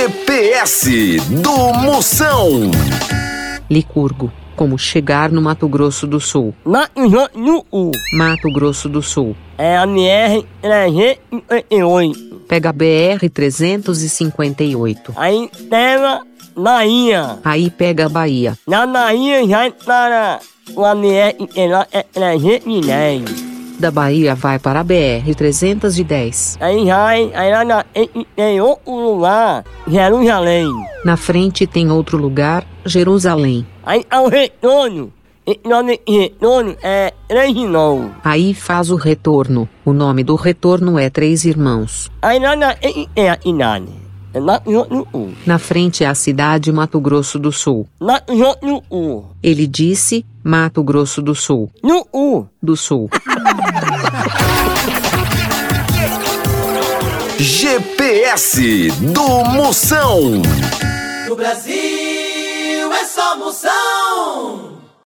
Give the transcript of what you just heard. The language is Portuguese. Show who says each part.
Speaker 1: GPS do Moção.
Speaker 2: Licurgo. Como chegar no Mato Grosso do Sul.
Speaker 3: Na Injanu,
Speaker 2: Mato Grosso do Sul.
Speaker 3: é a MR 388.
Speaker 2: Pega a BR-358.
Speaker 3: Aí pega Nainha.
Speaker 2: Aí pega a Bahia.
Speaker 3: Na Nainha já para o MR que lá é 310.
Speaker 2: Da Bahia vai para a BR-310.
Speaker 3: Aí já, aí lá na, em- em outro lugar, é Jerusalém.
Speaker 2: Na frente tem outro lugar, Jerusalém.
Speaker 3: Aí ao retorno, e nome de retorno é 3 de novo.
Speaker 2: Aí faz o retorno. O nome do retorno é Três Irmãos.
Speaker 3: Aí lá na em- é a cidade. É na Injanu.
Speaker 2: Na frente é a cidade Mato Grosso do Sul.
Speaker 3: Na Injanu.
Speaker 2: Ele disse Mato Grosso do Sul.
Speaker 3: No U.
Speaker 2: Do Sul.
Speaker 1: GPS do Moção.
Speaker 4: No Brasil é só moção.